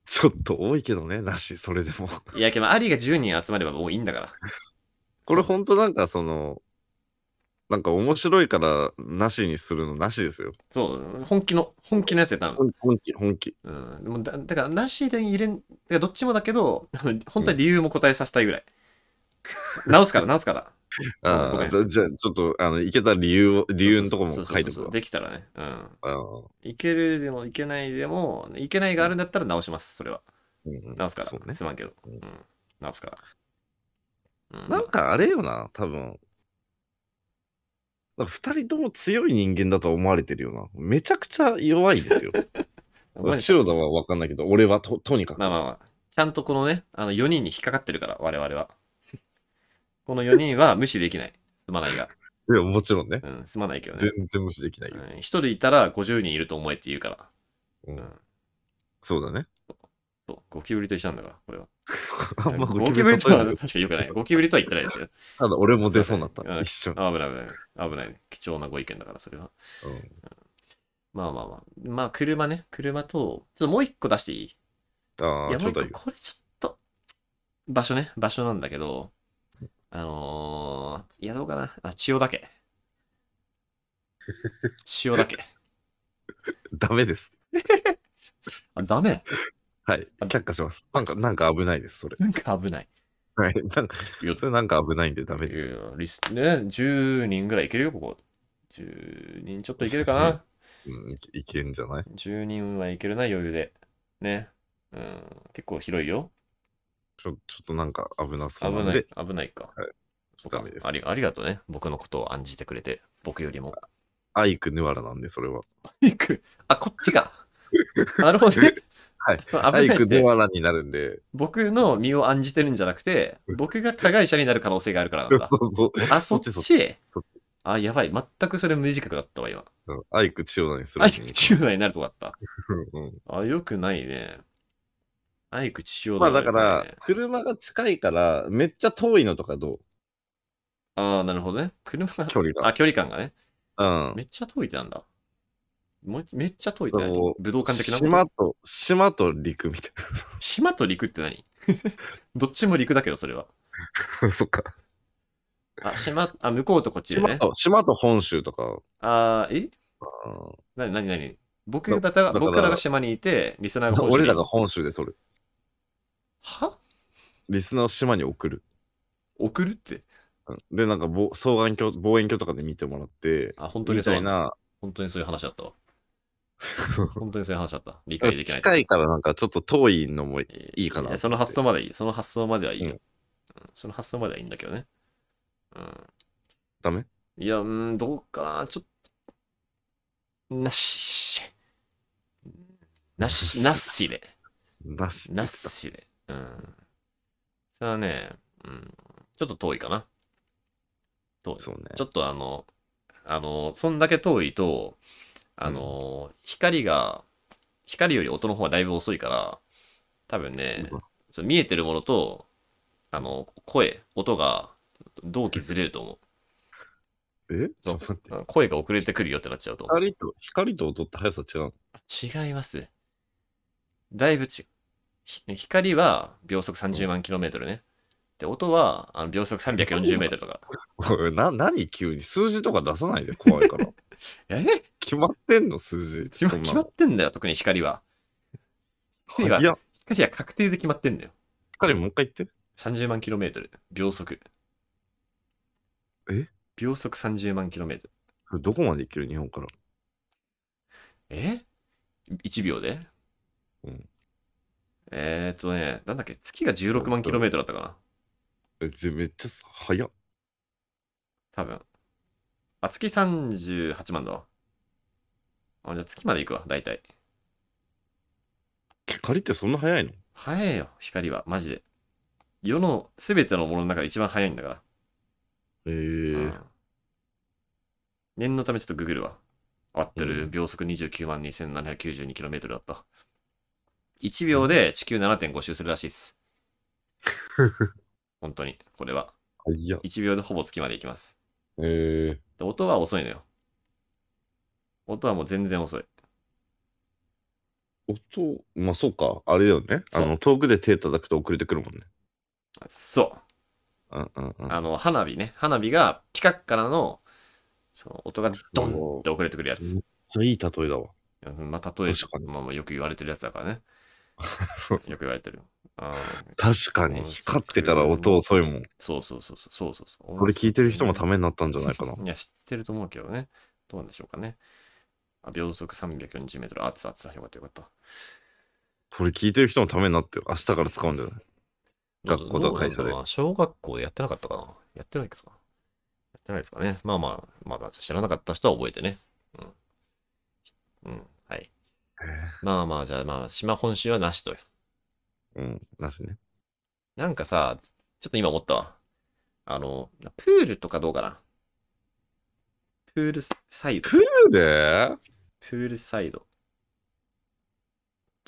Speaker 1: ちょっと多いけどね、なし、それでも。
Speaker 2: いや、けど、アリが10人集まればもういいんだから。
Speaker 1: これ
Speaker 2: そう
Speaker 1: ほんとなんかその、なんか面白いから、なしにするのなしですよ。
Speaker 2: そう、本気の、本気のやつやったの。
Speaker 1: 本本気、本気。
Speaker 2: うん。でもだだから、なしで入れん、だからどっちもだ けど、あの本当に理由も答えさせたいぐらい。直すから、直すから。
Speaker 1: あ
Speaker 2: ごめ
Speaker 1: あ、
Speaker 2: ん
Speaker 1: じゃじゃあちょっと、あの、いけた理由を、 理由のとこも
Speaker 2: そうそうそう
Speaker 1: 書いて
Speaker 2: そう
Speaker 1: おく
Speaker 2: そう
Speaker 1: わ
Speaker 2: できたらね。うん。
Speaker 1: あ
Speaker 2: いけるでも、いけないでも、いけないがあるんだったら直します、それは。
Speaker 1: ー。
Speaker 2: 直すか
Speaker 1: そう
Speaker 2: ら。
Speaker 1: ね。
Speaker 2: すまんけど。う
Speaker 1: うん
Speaker 2: ん。直すから。うん。
Speaker 1: なんかあれよな、多分。なんか二人とも強い人間だと思われてるよな。めちゃくちゃ弱いですよ。
Speaker 2: ごめんなさい
Speaker 1: 白田は分かんないけど、俺はととにかく。
Speaker 2: まあまあまあ、ちゃんとこのね、あの4人に引っかかってるから、我々は。 この4人は無視できない。すまないが。
Speaker 1: いや、もちろんね。
Speaker 2: うん、すまないけどね。
Speaker 1: 全然無 視できないよ。
Speaker 2: うん一人いたら50人いると思えって言うから。
Speaker 1: う
Speaker 2: うん
Speaker 1: ん。そうだね。
Speaker 2: そう、ゴキブリと一緒なんだから、これは。
Speaker 1: あんま
Speaker 2: ゴキブリとは
Speaker 1: 例え
Speaker 2: 確
Speaker 1: て
Speaker 2: かに良くない。ゴキブリとは言ってないですよ。
Speaker 1: ただ俺も出そうになった
Speaker 2: うん。
Speaker 1: 一緒。
Speaker 2: あ危ない危ない。危ない。貴重なご意見だから、それは。
Speaker 1: うん
Speaker 2: まあまあまあ。まあ、車ね。車と、ちょっともう一個出していい
Speaker 1: あ
Speaker 2: い
Speaker 1: あ、
Speaker 2: や、
Speaker 1: ち
Speaker 2: も
Speaker 1: ょ
Speaker 2: う
Speaker 1: うだ
Speaker 2: 一個、
Speaker 1: いよ。
Speaker 2: これちょっと、場所ね。場所なんだけど、あのー、いや、どうかな。あ、千代 田家。千代田家。
Speaker 1: ダメです。
Speaker 2: あ、ダメ。
Speaker 1: はい。却下します。なんか、なんか危ないです、それ。
Speaker 2: なんか危ない。
Speaker 1: はい。なんか、
Speaker 2: よ
Speaker 1: それなんか危ないんでダメ
Speaker 2: い
Speaker 1: です。
Speaker 2: やリスね、10人ぐらいいけるよ、ここ。10人ちょっといけるかな。
Speaker 1: うん、いけいけんじゃない
Speaker 2: 10人はいけるな、余裕で。ね。うん、結構広いよ。
Speaker 1: ちょちょっとなんか危なそ
Speaker 2: 危
Speaker 1: うなん
Speaker 2: ない
Speaker 1: で、、
Speaker 2: 危ないか。
Speaker 1: はい
Speaker 2: そうか
Speaker 1: ダメです
Speaker 2: あり。ありがとうね。僕のことを案じてくれて、僕よりも。
Speaker 1: アイク・ヌアラなんで、それは。
Speaker 2: 行く。あ、こっ ちが。なるほどね。
Speaker 1: はい
Speaker 2: そう
Speaker 1: ア
Speaker 2: 危
Speaker 1: イ
Speaker 2: ない
Speaker 1: ク・
Speaker 2: っ
Speaker 1: ヌ
Speaker 2: て
Speaker 1: アラになるんで、
Speaker 2: 僕の身を案じてるんじゃなくて、僕が加害者になる可能性があるからなん だ。
Speaker 1: そうそう。
Speaker 2: あ、
Speaker 1: そ
Speaker 2: そっ
Speaker 1: っち
Speaker 2: ち
Speaker 1: そっ
Speaker 2: あ、やばい。全くそれ無自覚だったわ、今。
Speaker 1: うんアイク・千代田にする
Speaker 2: あ、
Speaker 1: のに。
Speaker 2: 10代になるとこだった。
Speaker 1: うんうん
Speaker 2: あ、よくないね。アイク父親
Speaker 1: まあだか
Speaker 2: よくない
Speaker 1: ら
Speaker 2: ね、
Speaker 1: 車が近いから、めっちゃ遠いのとかどう
Speaker 2: ああ、なるほどね。車が、
Speaker 1: 距離が。
Speaker 2: あ、距離感がね。
Speaker 1: うん。
Speaker 2: めっちゃ遠いってなんだ。もうめっちゃ遠いって
Speaker 1: そ
Speaker 2: 何
Speaker 1: う
Speaker 2: 武道館的なこと
Speaker 1: 島と、島と陸みたい
Speaker 2: 島と陸って何 どっちも陸だけど、それは。
Speaker 1: な。 そっか。
Speaker 2: あ、島、あ、向こうとこっちで
Speaker 1: 島
Speaker 2: ね。
Speaker 1: と、島と本州とか。
Speaker 2: あーえ
Speaker 1: うん
Speaker 2: なになになに僕だった
Speaker 1: だ
Speaker 2: ら
Speaker 1: から
Speaker 2: 僕らが島にいて、リスナーが本州に
Speaker 1: 俺らが本州で撮る。
Speaker 2: は
Speaker 1: リスナーを島に送る。
Speaker 2: 送るって。
Speaker 1: で、なんかぼ双眼鏡、望遠鏡とかで見てもらって、
Speaker 2: あ、本当に
Speaker 1: み
Speaker 2: そ。
Speaker 1: たいうな、
Speaker 2: 本当にそういう話だ ったわ。本当にそういう話だった。理解できない。
Speaker 1: 近いからなんかちょっと遠いのもいいいか
Speaker 2: いや
Speaker 1: な。
Speaker 2: その発想までいい。その発想まではいいよ、
Speaker 1: うん
Speaker 2: うんその発想まではいいんだけどね。うん。
Speaker 1: ダメ
Speaker 2: いや、うん、どうかな、ちょっと。なっし。なっし、なっしで。
Speaker 1: なし。
Speaker 2: なっしで。うん。それはね、うん、ちょっと遠いかな。遠い。
Speaker 1: そうね。
Speaker 2: ちょっとあの、あの、そんだけ遠いと、あの、光が、光より音の方がだいぶ遅いから、多分ね、そう見えてるものと、あの、声、音が、同期ずれると思う。
Speaker 1: えち
Speaker 2: そ
Speaker 1: ょ
Speaker 2: う
Speaker 1: っと待って。
Speaker 2: うん声が遅れてくるよってなっちゃうと思う。
Speaker 1: 光と、光と音って速さ違うの
Speaker 2: 違います。だいぶち、ひ光は秒速30万 km ね。で、音はあの秒速340メートルとか。
Speaker 1: おい な、何急に数字とか出さないで、怖い から。
Speaker 2: え
Speaker 1: 決まってんの、数字。
Speaker 2: 決ま決まってんだよ、特に光は。
Speaker 1: い
Speaker 2: てん
Speaker 1: いや、
Speaker 2: 光は確定で決まってんだよ。
Speaker 1: 光もう一回言って。
Speaker 2: 30万 km、秒速。
Speaker 1: え
Speaker 2: 秒速30万 km。
Speaker 1: これどこまでいける日本から。
Speaker 2: え ?1 秒で
Speaker 1: うん
Speaker 2: えー、っとね、なんだっけ、月が16万 km だったかな。
Speaker 1: えぜめっちゃ速っ。
Speaker 2: 多分。あ、月38万だわ。あ、じゃあ月まで行くわ、大体。
Speaker 1: 光ってそんな速いの
Speaker 2: 早いよ、光は、マジで。世の全てのものの中で一番早いんだから。
Speaker 1: ええ
Speaker 2: うん念のためちょっとググるわ。合ってる、
Speaker 1: うん
Speaker 2: 秒速29万 2792km だった。1秒で地球7.5周するらしいっ す。本当に、これは。
Speaker 1: 速っ。
Speaker 2: 1秒でほぼ月まで行きます。
Speaker 1: ええ
Speaker 2: で音は遅いのよ。音はもう全然遅い。
Speaker 1: 音、まあそうか、あれだよね。
Speaker 2: そ
Speaker 1: あ
Speaker 2: う
Speaker 1: の、遠くで手叩くと遅れてくるもんね。
Speaker 2: そう。
Speaker 1: うんうんうん。
Speaker 2: あの、花火ね。花火がピカッからの、その音がドン
Speaker 1: おー
Speaker 2: って遅れてくるやつ。
Speaker 1: それいい例えだわ。
Speaker 2: まあ、例え
Speaker 1: 確かに
Speaker 2: まあまあ、よく言われてるやつだからね。
Speaker 1: そう
Speaker 2: よく言われてる。あー
Speaker 1: 確かに、光ってから音遅いもん。
Speaker 2: そうそうそうそう。そうそうそう。
Speaker 1: これ聞いてる人もためになったんじゃないかな。
Speaker 2: いや、知ってると思うけどね。どうなんでしょうかね。あ秒速340メートル。あ、つあつよかったよかった。
Speaker 1: これ聞いてる人のためになって、明日から使うんじゃない学校とか会社で
Speaker 2: どうなんだろうな小学校でやってなかったかな。やってないですか。やってないですかね。まあまあ、まあ、知らなかった人は覚えてね。うん。うん、はい。まあまあ、じゃあまあ、島本州はなしと。
Speaker 1: えーうん、なしね。
Speaker 2: なんかさ、ちょっと今思ったわ。あの、プールとかどうかなプールサイド。
Speaker 1: プ
Speaker 2: プ
Speaker 1: ールで
Speaker 2: ールサイド。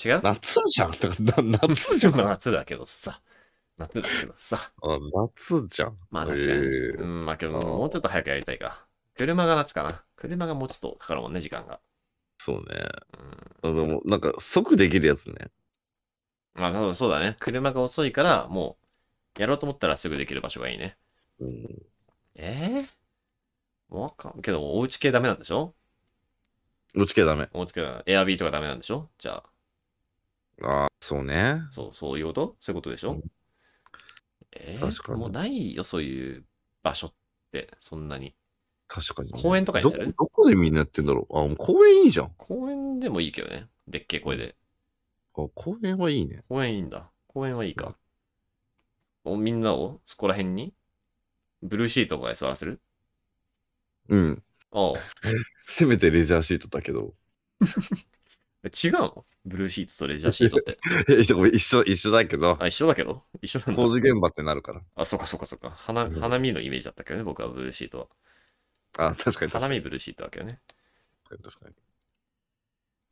Speaker 2: 違う
Speaker 1: 夏じゃんとか、な夏じゃん。あ
Speaker 2: 夏だけどさ。夏だけどさ。
Speaker 1: 夏じゃん。
Speaker 2: まあ確かに。
Speaker 1: えー
Speaker 2: うん、まあけど、
Speaker 1: あー
Speaker 2: もうちょっと早くやりたいか。車が夏かな。車がもうちょっとかかるもんね、時間が。
Speaker 1: そうね。
Speaker 2: うん。
Speaker 1: あでも、なんか、即できるやつね。
Speaker 2: まあ多分そうだね。車が遅いから、もう、やろうと思ったらすぐできる場所がいいね。
Speaker 1: うん、
Speaker 2: ええわかんけど、おうち系ダメなんでしょ
Speaker 1: どっちかダメ。
Speaker 2: おうち系だ。エアビーとかダメなんでしょじゃあ、
Speaker 1: ああ、そうね。
Speaker 2: そう、そういうことそういうことでしょ、
Speaker 1: うん
Speaker 2: ええ
Speaker 1: 確かに
Speaker 2: もうないよ、そういう場所って、そんなに。
Speaker 1: 確かに、
Speaker 2: 公園とかに
Speaker 1: ど
Speaker 2: する
Speaker 1: どこでみんなやってんだろう。あ、もう公園いいじゃん。あ
Speaker 2: 公園でもいいけどね。でっけえ声で。
Speaker 1: 公園はいいね。
Speaker 2: 公園いいんだ。公園はいいか。もうみんなをそこら辺にブルーシートとかで座らせる
Speaker 1: うん。
Speaker 2: ああ。
Speaker 1: せめてレジャーシートだけど。
Speaker 2: え違うのブルーシートとレジャーシー トって。
Speaker 1: えでも一緒、一緒だけど、
Speaker 2: あ、一緒だけど一緒なんだ
Speaker 1: 工事現場ってなるから。
Speaker 2: あ、そうかそうかそうか。花
Speaker 1: うん
Speaker 2: 花見のイメージだったけどね、僕はブルーシートは。
Speaker 1: あ、確かに確
Speaker 2: 花
Speaker 1: かに。
Speaker 2: 見ブルーシートだけどね。
Speaker 1: 確かに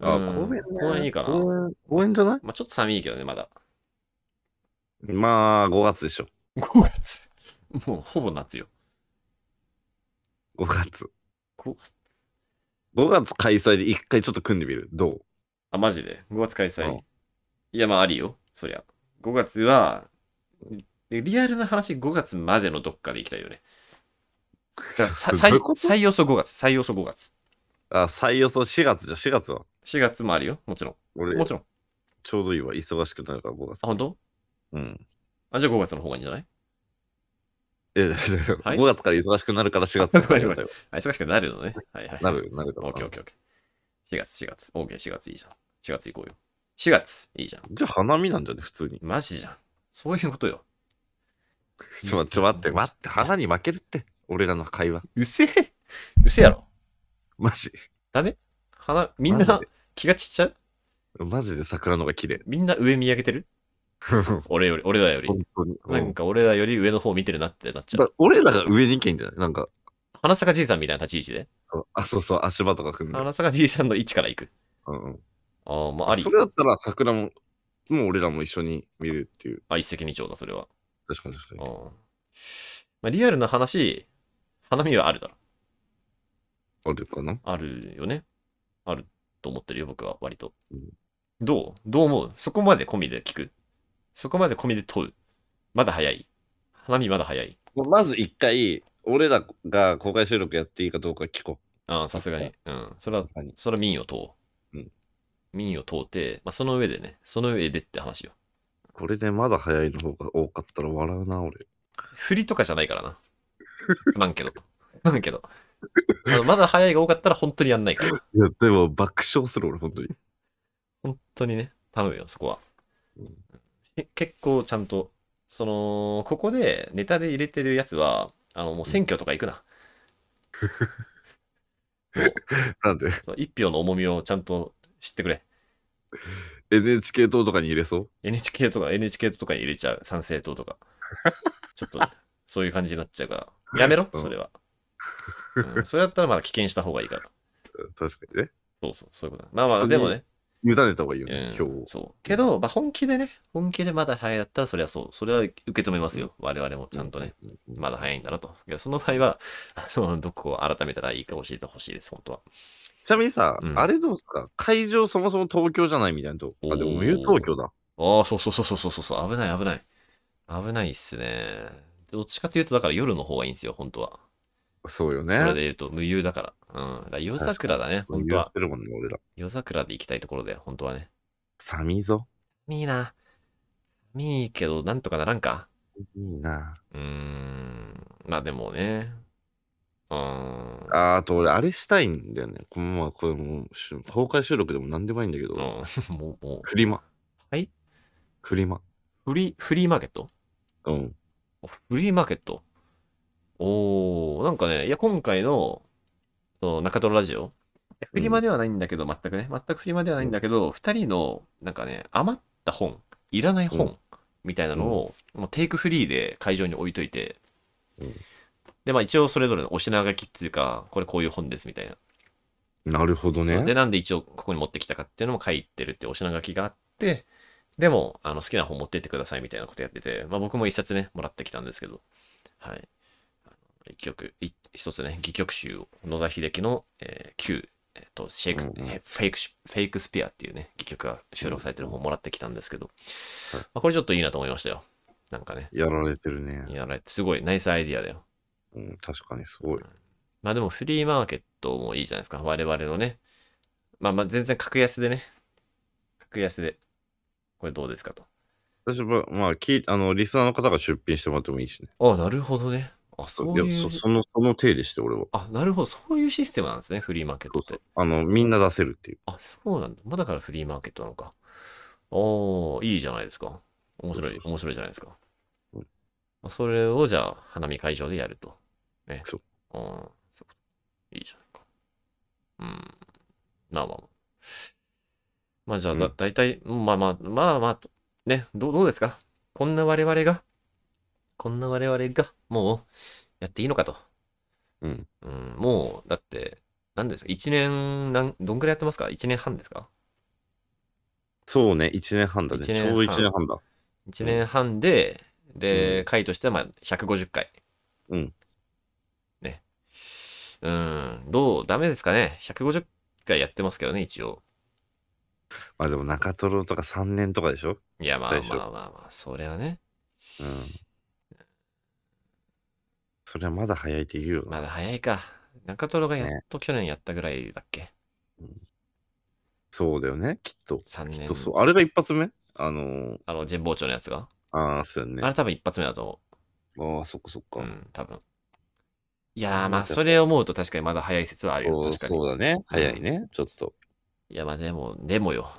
Speaker 1: あ、
Speaker 2: うん
Speaker 1: 公園ね。
Speaker 2: 公園いいかな。
Speaker 1: 公園、公園じゃない
Speaker 2: まあちょっと寒いけどね、まだ。
Speaker 1: まあ、5月でしょ。
Speaker 2: 5月。もうほぼ夏よ。
Speaker 1: 5月。
Speaker 2: 5月。
Speaker 1: 5月開催で一回ちょっと組んでみる。どう
Speaker 2: あ、マジで。5月開
Speaker 1: うん
Speaker 2: 催。いや、まあありよ。そりゃ。5月は、でリアルな話、5月までのどっかで行きたいよね。だから さ
Speaker 1: どうい
Speaker 2: 最
Speaker 1: うこと
Speaker 2: 最要素5月。最要素5月。
Speaker 1: あ、採用そう4月じゃ、4月は。
Speaker 2: 4月もあるよ。もちろん。
Speaker 1: 俺
Speaker 2: も、ちろん。
Speaker 1: ちょうどいいわ。忙しくなるから5月
Speaker 2: あ、。本当？
Speaker 1: うん。
Speaker 2: あ、じゃあ5月の方がいいんじゃない
Speaker 1: え、だから
Speaker 2: はい
Speaker 1: 5月から忙しくなるから4月 からやったよ。
Speaker 2: あ、忙しくなるのね。はいはい。
Speaker 1: な。る、なるか
Speaker 2: オッケー
Speaker 1: ら
Speaker 2: オッ。ケーオッケー。4月、4月。オーケー、4月いいじゃん。4月行こうよ。4月、いいじゃん。
Speaker 1: じゃあ、花見なんじゃね普通に。
Speaker 2: マジじゃん。そういうことよ。
Speaker 1: ちょ、ちょ、待って、待って、花に負けるって。俺らの会話。
Speaker 2: うせえ。うせやろ。
Speaker 1: マジ。
Speaker 2: ダメ花、みん
Speaker 1: マ
Speaker 2: な
Speaker 1: ジ
Speaker 2: 気がちっちゃう
Speaker 1: マジで桜の方が綺 麗。
Speaker 2: みんな上見上げてる
Speaker 1: 本
Speaker 2: 俺より、俺らより。
Speaker 1: 当に。う
Speaker 2: なん
Speaker 1: ん
Speaker 2: か俺らより上の方見てるなってなっちゃ
Speaker 1: だ
Speaker 2: う。
Speaker 1: 俺らが上に行けんじゃないなんか、
Speaker 2: 花坂じいさんみたいな立ち位置で。
Speaker 1: あ、そうそう、足場とか組んで。
Speaker 2: 花坂じいさんの位置から行く。
Speaker 1: うんうん
Speaker 2: ああ、まああり
Speaker 1: そ。れだったら桜も、もう俺らも一緒に見るっていう。
Speaker 2: あ、一石二鳥だ、それは。
Speaker 1: 確かに確か
Speaker 2: うん
Speaker 1: に。。
Speaker 2: まあリアルな話、花見はあるだろ。
Speaker 1: あるかな
Speaker 2: あるよね。あると思ってるよ、僕は割と
Speaker 1: うん。
Speaker 2: どうどう思うそこまで込みで聞くそこまで込みで問うまだ早い花見まだ早い
Speaker 1: まず一回、俺らが公開収録やっていいかどうか聞こ
Speaker 2: ああ、さすがに。うん。それは
Speaker 1: さすがに、
Speaker 2: それは民を問う。
Speaker 1: うん
Speaker 2: 民を問うて、まあ、その上でね、その上でって話よ。
Speaker 1: う。これでまだ早いの方が多かったら笑うな、俺。
Speaker 2: 振りとかじゃないからな。 なんけど。なんけど。あのまだ早いが多かったら本当にやんないから。
Speaker 1: いや、でも爆笑する俺、本当に。
Speaker 2: 本当にね、頼むよ、そこは
Speaker 1: うん。
Speaker 2: け結構ちゃんと、その、ここでネタで入れてるやつは、あの、もう選挙とか行く な。もう
Speaker 1: なんで、
Speaker 2: その一票の重みをちゃんと知ってくれ。
Speaker 1: NHK 党とかに入れそう
Speaker 2: NHK とか NHK とかに入れちゃう。賛成党 とか。ちょっと、そういう感じになっちゃうから。やめろ、
Speaker 1: うん
Speaker 2: それは。うん、それだったらまだ棄権した方がいいから。
Speaker 1: 確かにね。
Speaker 2: そうそう、そういうことだ。まあまあ、でもね。
Speaker 1: 委ねた方がいいよ
Speaker 2: う
Speaker 1: ね
Speaker 2: ん、
Speaker 1: 票を。
Speaker 2: そう。けど、まあ、本気でね、本気でまだ早いだったら、それはそう。それは受け止めますよ。我々もちゃんとね、まだ早いんだなと。いやその場合は、そのどこを改めたらいいか教えてほしいです、本当は。
Speaker 1: ちなみにさ、
Speaker 2: うん
Speaker 1: あれどうすか会場そもそも東京じゃないみたいなとこ。あ、でも無友東京だ。
Speaker 2: ああ、そうそうそうそうそうそう、危ない危ない。危ないっすね。どっちかというと、だから夜の方がいいんですよ、本当は。
Speaker 1: そうよね。
Speaker 2: それで言うと、無誘だから。うん。だから夜桜だね、本当
Speaker 1: 言っ
Speaker 2: は。
Speaker 1: てるもんね、俺ら。
Speaker 2: 夜桜で行きたいところで、本当はね。
Speaker 1: 寒いぞ。
Speaker 2: みーな。みーけど、なんとかならんか。
Speaker 1: いいな。
Speaker 2: うーん。まあでもね。うーん。
Speaker 1: あーあと俺、あれしたいんだよね。このまま、これもうし、公開収録でも何でもいいんだけ
Speaker 2: う
Speaker 1: ど、
Speaker 2: ん、もう、もう。
Speaker 1: フリマ。
Speaker 2: はい
Speaker 1: フリマ。
Speaker 2: フリー、フリーマーケット
Speaker 1: うん。
Speaker 2: フリーマーケットおー、なんかね、いや、今回の、その中トロラジオ、いやフリマではないんだけど、全くね、全くフリマではないんだけど、二、人の、なんかね、余った本、いらない本、
Speaker 1: うん
Speaker 2: みたいなのを、もうテイクフリーで会場に置いといて、
Speaker 1: うん
Speaker 2: で、まあ一応それぞれのお品書きっていうか、これこういう本ですみたいな。
Speaker 1: なるほど
Speaker 2: そうで、
Speaker 1: ね。
Speaker 2: なんで一応ここに持ってきたかっていうのも書いてるってお品書きがあって、でも、あの、好きな本持ってってくださいみたいなことやってて、まあ僕も一冊ね、もらってきたんですけど、はい。あの一曲、い一つね、戯曲集を、野田秀樹の、えー、Q、えっと、シェイク、
Speaker 1: うんうん
Speaker 2: えフェイクシ、フェイクスピアっていうね、戯曲が収録されてる本もらってきたんですけど、まあこれちょっといいなと思いましたよ。なんかね、
Speaker 1: やられてるね。
Speaker 2: やられて、すごいナイスアイディアだよ。
Speaker 1: うん、確かにすごい。
Speaker 2: まあでもフリーマーケットもいいじゃないですか。我々のね。まあまあ全然格安でね。格安で。これどうですかと。
Speaker 1: 私は、まあ、きあの、リスナーの方が出品してもらってもいいしね。
Speaker 2: ああ、なるほどね。あ、そう
Speaker 1: い
Speaker 2: い
Speaker 1: や
Speaker 2: う
Speaker 1: そ。その、その手でして、俺は。
Speaker 2: あ、なるほど。そういうシステムなんですね。フリーマーケット
Speaker 1: そうそ
Speaker 2: っ
Speaker 1: う
Speaker 2: て。。
Speaker 1: あの、みんな出せるっていう。
Speaker 2: あ、そうなんだ。まあだからフリーマーケットなのか。おー、いいじゃないですか。面白い、面白いじゃないですか。
Speaker 1: うん
Speaker 2: まあ、それをじゃあ、花見会場でやると。ね。
Speaker 1: そう。
Speaker 2: うん。そういいじゃないか。うん。まあまあまあ。まあじゃあ、だ
Speaker 1: うん
Speaker 2: 大体、まあまあ、まあまあ、とね、どうどうですかこんな我々が、こんな我々が、もう、やっていいのかと。
Speaker 1: うん。
Speaker 2: うん、もう、だって、何ですか ?1 年なん、どんくらいやってますか ?1 年半ですか
Speaker 1: そうね、1年半だね。
Speaker 2: 一
Speaker 1: ち
Speaker 2: 年
Speaker 1: ょ
Speaker 2: 半
Speaker 1: うど1年半だ。
Speaker 2: 1年半で、で、
Speaker 1: う
Speaker 2: 回としてはまあ150回。
Speaker 1: うん。
Speaker 2: ね。うん、どうダメですかね ?150 回やってますけどね、一応。
Speaker 1: まあでも、中トロとか3年とかでしょ
Speaker 2: いや、まあ
Speaker 1: 最初
Speaker 2: まあまあまあ、それはね、
Speaker 1: うん。それはまだ早いって言うよな。
Speaker 2: まだ早いか。中トロがやっと去年やったぐらいだっけ
Speaker 1: そうだよね、きっと。
Speaker 2: ?3 年。
Speaker 1: そうそうあれが一発目あのー、
Speaker 2: あの、神保町のやつが。
Speaker 1: ああ、そうよ
Speaker 2: あ
Speaker 1: ね
Speaker 2: れ。多分一発目だと思
Speaker 1: ああ、そっかそっか。
Speaker 2: うん、多分。いやー、まあ、それ思うと確かにまだ早い説はあるよ。
Speaker 1: そう
Speaker 2: 確かに。
Speaker 1: そうだね。早いね。ちょっと。
Speaker 2: いや、まあでも、でもよ。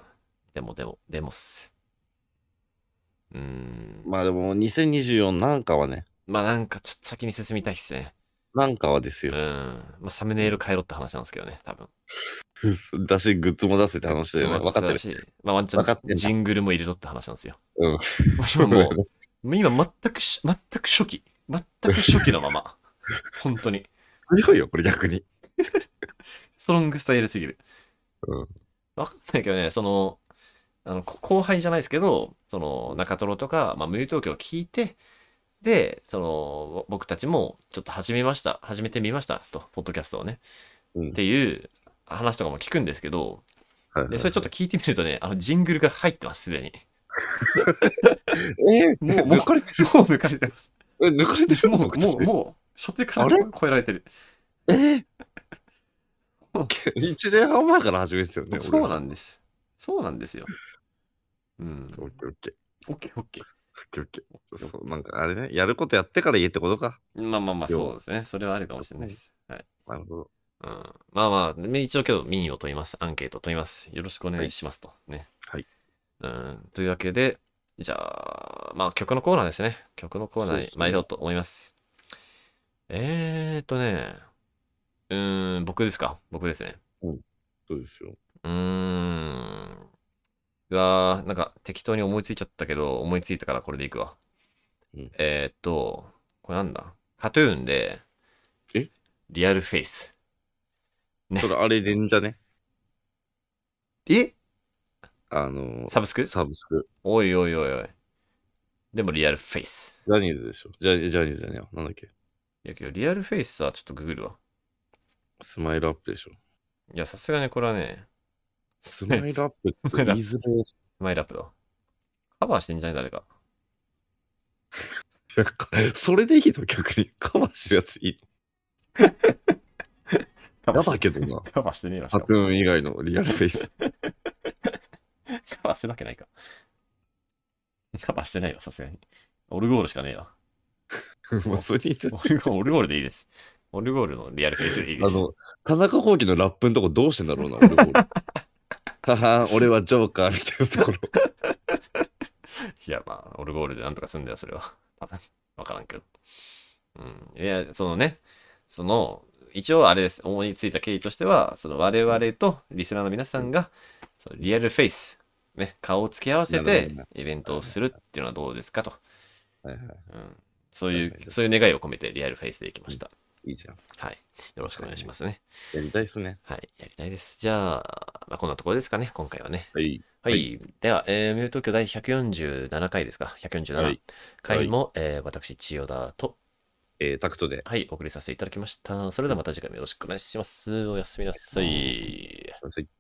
Speaker 2: でもでも、でもっす。うーん。
Speaker 1: まあでも、2024なんかはね、
Speaker 2: まあなんかちょっと先に進みたいっすね。
Speaker 1: なんかはです
Speaker 2: うん。
Speaker 1: よ。
Speaker 2: まあサムネイル変えろって話なんですけどね、多分。
Speaker 1: だし、グッズも出せって話だよね。分かってる。
Speaker 2: し。まあワンチ
Speaker 1: わかってん
Speaker 2: ャ
Speaker 1: だ
Speaker 2: ンジングルも入れろって話なんですよ。
Speaker 1: うん。
Speaker 2: 今 もう、今全くし、全く初期。全く初期のまま。本当に。
Speaker 1: 強いよ、これ逆に。
Speaker 2: ストロングスタイルすぎる。
Speaker 1: うん
Speaker 2: わかんないけどね、その、あのこ後輩じゃないですけど、その中トロとか、まあ、無友東京を聞いて、で、その、ぼ僕たちもちょっと始めました、始めてみましたと、ポッドキャストをね、
Speaker 1: うん
Speaker 2: っていう話とかも聞くんですけど、
Speaker 1: はいはい
Speaker 2: で、それちょっと聞いてみるとね、あの、ジングルが入ってます、すでに。
Speaker 1: えー、
Speaker 2: もうもう
Speaker 1: 抜かれて
Speaker 2: もう抜かれてます。
Speaker 1: る。え抜かれてる
Speaker 2: もう、もう、
Speaker 1: う。
Speaker 2: もう、初手から
Speaker 1: あれ
Speaker 2: 超えられてる。
Speaker 1: え ー一年半前から始めてたよね。俺
Speaker 2: そうなんです。そうなんですよ。うん。
Speaker 1: オッケーオッケー。
Speaker 2: オッケーオッケ
Speaker 1: オ
Speaker 2: ー。
Speaker 1: ッケーオッケー。そう、なんかあれね、やることやってから言えってことか。
Speaker 2: まあまあまあ、
Speaker 1: 要は
Speaker 2: そうですね。それはあるかもしれないです。はい。
Speaker 1: なるほど。
Speaker 2: うん、まあまあ、ね一応今日民意を問います。アンケートを問います。よろしくお願いしますと。ね。
Speaker 1: はい。
Speaker 2: うん。というわけで、じゃあ、まあ曲のコーナーですね。曲のコーナーに参ろうと思います。えーっとね、うーん、僕ですか。僕ですね。
Speaker 1: そうですよ。
Speaker 2: うーん。うわーなんか適当に思いついちゃったけど、思いついたからこれでいくわ。
Speaker 1: うん
Speaker 2: えーっと、これなんだカトゥーンで、
Speaker 1: え
Speaker 2: リアルフェイス。
Speaker 1: それあれでんじゃね
Speaker 2: え
Speaker 1: あのー、
Speaker 2: サブスク
Speaker 1: サブスク。
Speaker 2: おいおいおいおい。でもリアルフェイス。
Speaker 1: ジャニーズでしょ。ジャジャニーズじゃねえよ。なんだっけ
Speaker 2: いやけどリアルフェイスはちょっとググるわ。
Speaker 1: スマイルアップでしょ。
Speaker 2: いや、さすがにこれはね、
Speaker 1: スマ イルアップっ
Speaker 2: ス
Speaker 1: て
Speaker 2: マイルアップ
Speaker 1: 言いづらい
Speaker 2: マイラップだわ。カバーしてんじゃない誰か。
Speaker 1: なんかそれでいい の逆に。カバーしてるやついい
Speaker 2: カ
Speaker 1: の。やだけ どな。
Speaker 2: カバーしてねえわ、しか
Speaker 1: ハ
Speaker 2: も
Speaker 1: クーン以外のリアルフェイス。
Speaker 2: カバーするわけないか。カバーしてないよ、さすがに。オルゴールしかねえわ。
Speaker 1: まあ、それでいいんじゃない
Speaker 2: オルゴオルゴールでいいです。オルゴールのリアルフェイスでいいで
Speaker 1: あ
Speaker 2: す。
Speaker 1: の、田中幸喜のラップのとこどうしてんだろうな、俺俺はは俺はジョーカーみたいなところ。
Speaker 2: いや、まあ、オルゴールでなんとかすんだよ、それは。多分わからんけど。うん。いや、そのね、その、一応あれです。思いついた経緯としては、その我々とリスナーの皆さんが、そのリアルフェイス、ね、顔を付け合わせ
Speaker 1: なるほ
Speaker 2: て
Speaker 1: どね
Speaker 2: イベントをするっていうのはどうですかと。
Speaker 1: はいは
Speaker 2: うん。そうい
Speaker 1: 確か
Speaker 2: う、
Speaker 1: に
Speaker 2: そういう願いを込めてリアルフェイスでいきました。
Speaker 1: い。いいじゃん。
Speaker 2: はい。よろしくお願いしますね。
Speaker 1: やりたいっすね。
Speaker 2: はい、やりたいです。じゃあ、まあ、こんなところですかね、今回はね。
Speaker 1: はい。
Speaker 2: はい。
Speaker 1: はい
Speaker 2: では、えー、ミュー東京第147回ですか、147、
Speaker 1: はい
Speaker 2: 回も、えー私、千代田と、
Speaker 1: えー、タクトで。
Speaker 2: はい、お送りさせていただきました。それではまた次回もよろしくお願いします。おやすみなさい。
Speaker 1: はい